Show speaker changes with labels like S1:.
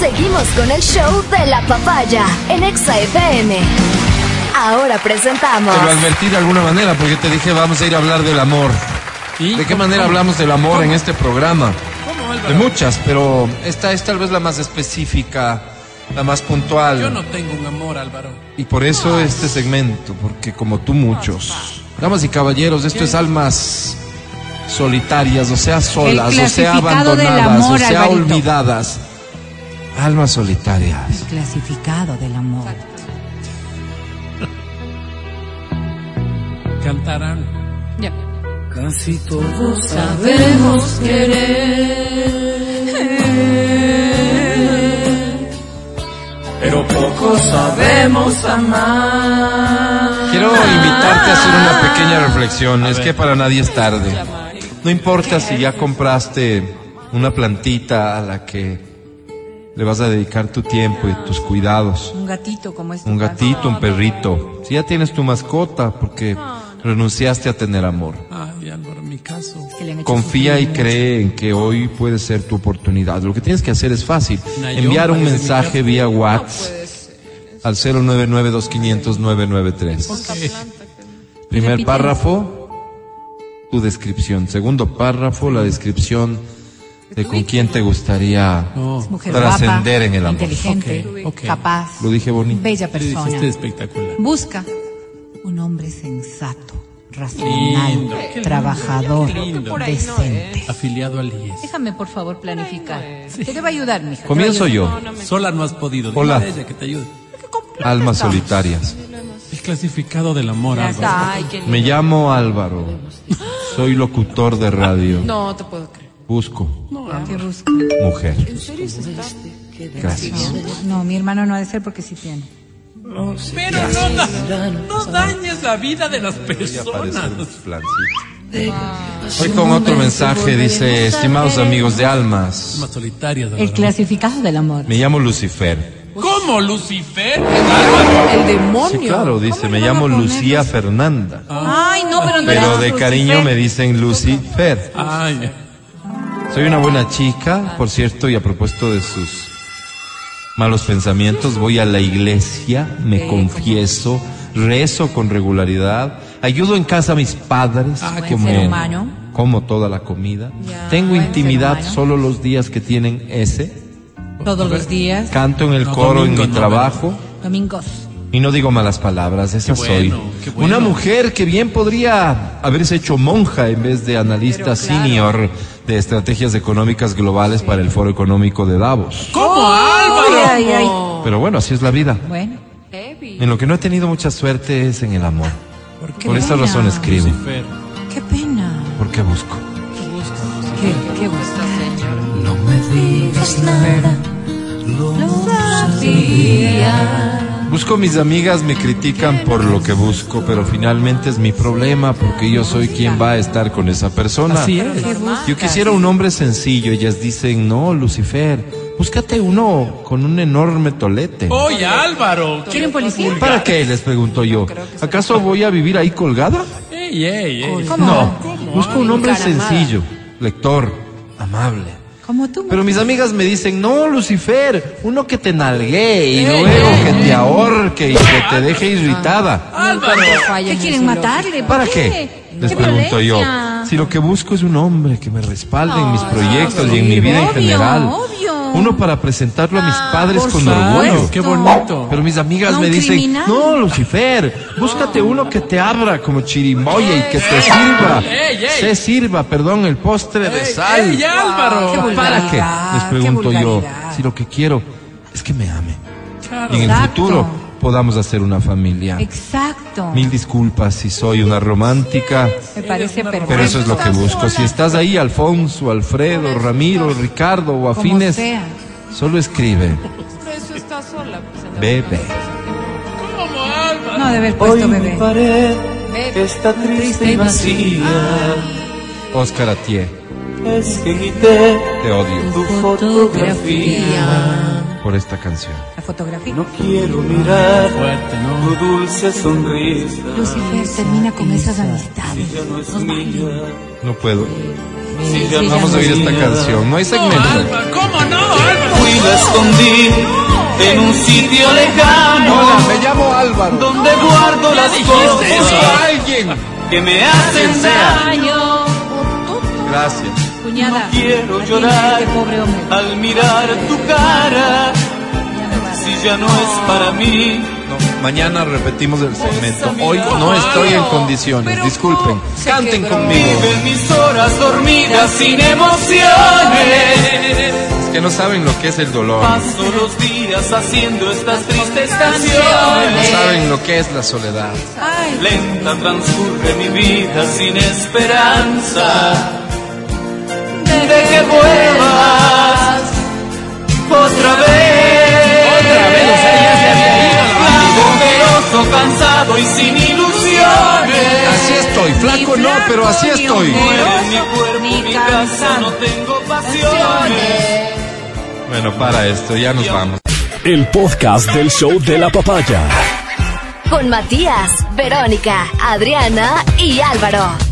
S1: Seguimos con el show de la papaya en Exa FM. Ahora presentamos.
S2: Ah.
S3: Te lo advertí de alguna manera porque te dije vamos a ir a hablar del amor.
S2: ¿Y?
S3: ¿De qué manera hablamos del amor en este programa?
S2: ¿Cómo,
S3: De
S2: Álvaro?
S3: muchas, pero esta es tal vez la más específica, la más puntual.
S2: Yo no tengo un amor, Álvaro.
S3: Y por eso este segmento, porque como tú muchos, damas y caballeros, esto es almas solitarias, o sea, solas,
S4: El
S3: o sea,
S4: clasificado del
S3: abandonadas,
S4: amor,
S3: o sea,
S4: Alvarito.
S3: olvidadas. Almas solitarias.
S4: Clasificado del amor.
S2: Cantarán.
S4: Ya.
S2: Casi todos
S5: Sabemos querer, pero poco sabemos amar.
S3: Quiero invitarte a hacer una pequeña reflexión. es que para nadie es tarde. No importa si ya compraste una plantita a la que le vas a dedicar tu tiempo y tus cuidados.
S4: Un gatito como este.
S3: Un gatito, un perrito. Si ya tienes tu mascota porque renunciaste a tener amor.
S2: Ay, Álvaro, mi caso.
S4: que le han hecho
S3: Confía y
S4: sufrir mucho.
S3: cree en que hoy puede ser tu oportunidad. Lo que tienes que hacer es fácil.
S2: Nayón,
S3: Enviar un
S2: parece
S3: mensaje vía WhatsApp al 099-2500-993.
S2: Eh,
S3: Primer
S4: Repite.
S3: párrafo, tu descripción. Segundo párrafo, la descripción de con quién te gustaría.
S2: No.
S4: Mujer
S3: Trascender
S4: guapa,
S3: en el amor.
S4: Inteligente,
S2: Ok, ok.
S4: capaz.
S3: Lo dije bonito.
S4: Bella
S2: Te
S4: persona.
S2: dijiste espectacular.
S4: Busca un hombre sensato, racional,
S2: Lindo, qué lindo.
S4: trabajador,
S2: Qué lindo. Por
S4: decente.
S2: Afiliado al IES.
S4: Déjame por favor planificar. Te debe ayudar, mija. te
S3: Comienzo
S4: debe
S3: yo.
S4: ayudar.
S2: Sola no has podido. Dile
S3: Hola.
S2: a ella que te ayude.
S3: Almas solitarias.
S2: Es clasificado del amor, Álvaro.
S5: Ay, qué
S3: Me llamo Álvaro. Soy locutor de radio.
S5: No te puedo creer.
S3: Busco
S4: ¿Qué busca?
S3: mujer. Gracias.
S4: No, mi hermano no ha de ser porque sí tiene.
S2: Pero no, da- no dañes la vida de las personas.
S3: Hoy con otro mensaje dice, estimados amigos de almas,
S2: Más solitarias,
S4: El
S2: Álvaro.
S4: clasificado del amor.
S3: me llamo Lucifer.
S2: ¿Cómo, Lucifer? Álvaro.
S5: El demonio.
S3: Sí, claro, dice, me llamo Lucía Fernanda,
S5: Ay, no, pero
S3: pero de cariño me dicen Lucifer.
S2: Ay,
S3: Soy una buena chica, por cierto, y a propósito de sus malos pensamientos, voy a la iglesia, me confieso, rezo con regularidad, ayudo en casa a mis padres,
S2: Ah, qué
S3: como,
S4: ser humano.
S3: como toda la comida,
S4: Ya,
S3: tengo
S4: buen ser
S3: intimidad
S4: humano.
S3: solo los días que tienen ese,
S4: Todos los días,
S3: canto en el
S2: No,
S3: coro
S2: domingo,
S3: en mi
S2: no,
S3: trabajo.
S4: domingos.
S3: Y no digo malas palabras, esa
S2: Qué bueno,
S3: soy.
S2: qué bueno.
S3: Una mujer que bien podría haberse hecho monja en vez de analista senior de estrategias económicas globales para el Foro Económico de Davos.
S2: ¿Cómo,
S4: Oh.
S2: Álvaro?
S4: Ay, ay, ay.
S3: Pero bueno, así es la vida.
S4: Bueno,
S3: En lo que no he tenido mucha suerte es en el amor.
S2: ¿Por qué
S3: Por esta
S4: pena.
S3: razón escribo,
S2: Lucifer?
S4: qué pena.
S3: porque busco.
S4: Qué, qué gusto.
S3: Busco mis amigas, me critican por lo que busco, pero finalmente es mi problema porque yo soy quien va a estar con esa persona.
S2: Así es.
S3: Yo
S4: Ah,
S3: quisiera un hombre sencillo, ellas dicen, no, Lucifer, búscate uno con un enorme tolete.
S2: Oye, Álvaro.
S4: ¿Quieren policía?
S3: ¿Para qué? Les pregunto yo. ¿Acaso voy a vivir ahí colgada?
S2: Ey, ey, ey.
S3: No, busco un hombre sencillo, lector, amable.
S4: Como tú.
S3: Pero mis amigas me dicen, no, Lucifer, uno que te nalguee y luego que te ahorque y que te deje irritada.
S2: Álvaro.
S4: ¿Qué quieren matarle?
S3: ¿Para qué? Les pregunto yo. Si lo que busco es un hombre que me respalde en mis proyectos y en mi vida en
S4: obvio,
S3: general.
S4: obvio.
S3: Uno para presentarlo a mis padres con orgullo.
S2: Qué bonito.
S3: Pero mis amigas
S4: No,
S3: me
S4: un
S3: dicen,
S4: criminal.
S3: no, Lucifer, búscate uno que te abra como chirimoya y que te sirva,
S2: ey, ey.
S3: se sirva, perdón, el postre de sal.
S2: ey, Álvaro.
S4: Qué
S3: ¿Para
S4: vulgaridad,
S3: qué? Les
S4: qué
S3: pregunto yo,
S4: vulgaridad.
S3: si lo que quiero es que me ame
S2: Claro.
S3: y en el
S4: Exacto.
S3: futuro podamos hacer una familia.
S4: Exacto.
S3: Mil disculpas si soy una romántica,
S4: Me parece perfecto.
S3: pero eso es lo que busco. Si estás ahí, Alfonso, Alfredo, Ramiro, Ricardo o
S4: Como
S3: afines,
S4: sea.
S3: solo escribe,
S5: Eso está sola. pues, en la-
S3: bebé.
S2: ¿Cómo, Álvaro?
S4: No debe haber puesto bebé.
S6: pared está triste y vacía.
S3: Óscar Atié,
S6: Es que quité
S3: te odio
S6: tu fotografía.
S3: por esta canción.
S4: La fotografía.
S6: No quiero mirar
S2: Fuerte,
S6: tu
S2: ¿no?
S6: dulce sonrisa.
S4: Lucifer termina con esas amistades.
S6: Ya no es mía.
S3: No puedo.
S6: Si ya no
S3: Vamos
S6: es
S3: a oír esta
S6: mía.
S3: canción. No hay segmento.
S2: Álvaro, ¿Cómo no, Álvaro?
S6: Cuida escondí en un sitio lejano
S3: Hola, me llamo Álvaro.
S6: donde guardo las
S2: dijiste
S6: cosas
S2: eso
S3: a alguien.
S6: que me hacen daño.
S5: Año.
S3: Gracias.
S4: Cuñada.
S6: Quiero
S4: atiende
S6: llorar
S4: Este pobre hombre.
S6: al mirar tu cara
S4: Ya no vale.
S6: si ya no es para mí.
S3: No, mañana repetimos
S5: Pues,
S3: el segmento.
S5: amiga.
S3: Hoy no estoy en
S5: Claro,
S3: condiciones.
S5: pero
S3: Disculpen.
S5: no, se
S3: Canten
S5: quebró.
S3: conmigo.
S6: Vive mis horas dormidas sin emociones.
S3: Es que no saben lo que es el dolor.
S6: Paso los días haciendo estas tristes
S3: No
S6: canciones.
S3: saben lo que es la soledad.
S5: Ay,
S6: Lenta transcurre mi vida sin esperanza de que vuelvas otra vez.
S2: Otra vez, o sea, ya se había ido la
S6: Flaco, ojeroso, cansado y sin ilusiones.
S3: Así estoy. Flaco no, pero así estoy.
S6: Muere mi cuerpo, mi casa, no tengo pasiones.
S3: Bueno, para esto, ya nos vamos.
S7: El podcast del show de la papaya.
S1: Con Matías, Verónica, Adriana y Álvaro.